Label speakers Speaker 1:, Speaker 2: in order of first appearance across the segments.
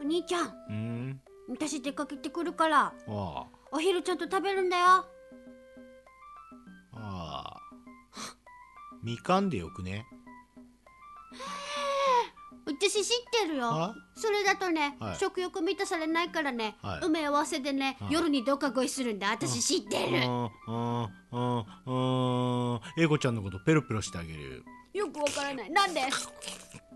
Speaker 1: お兄ちゃ
Speaker 2: う
Speaker 1: ん
Speaker 2: ん
Speaker 1: 私出かけてくるから
Speaker 2: あ
Speaker 1: お昼ちゃんと食べるんだよ
Speaker 2: あああみかんでよくね
Speaker 1: 私知ってるよ
Speaker 2: あ
Speaker 1: それだとね、
Speaker 2: はい
Speaker 1: 食欲満たされないからね、
Speaker 2: はい
Speaker 1: 埋め合わせでね、
Speaker 2: はい
Speaker 1: 夜にどか食いするんだ私知って
Speaker 2: う
Speaker 1: る、
Speaker 2: んうんうんうん英子ちゃんのことペロペロしてあげる
Speaker 1: よくわからないなんで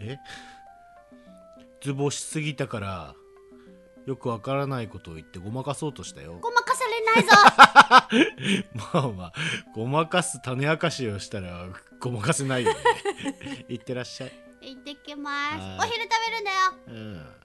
Speaker 2: えズボしすぎたからよくわからないことを言ってごまかそうとしたよ
Speaker 1: ごまかさ れないぞ
Speaker 2: まあまあごまかす種明かしをしたらごまかせないよねいってらっしゃい
Speaker 1: 行ってきますお
Speaker 2: はい
Speaker 1: 昼食べるんだよ
Speaker 2: うん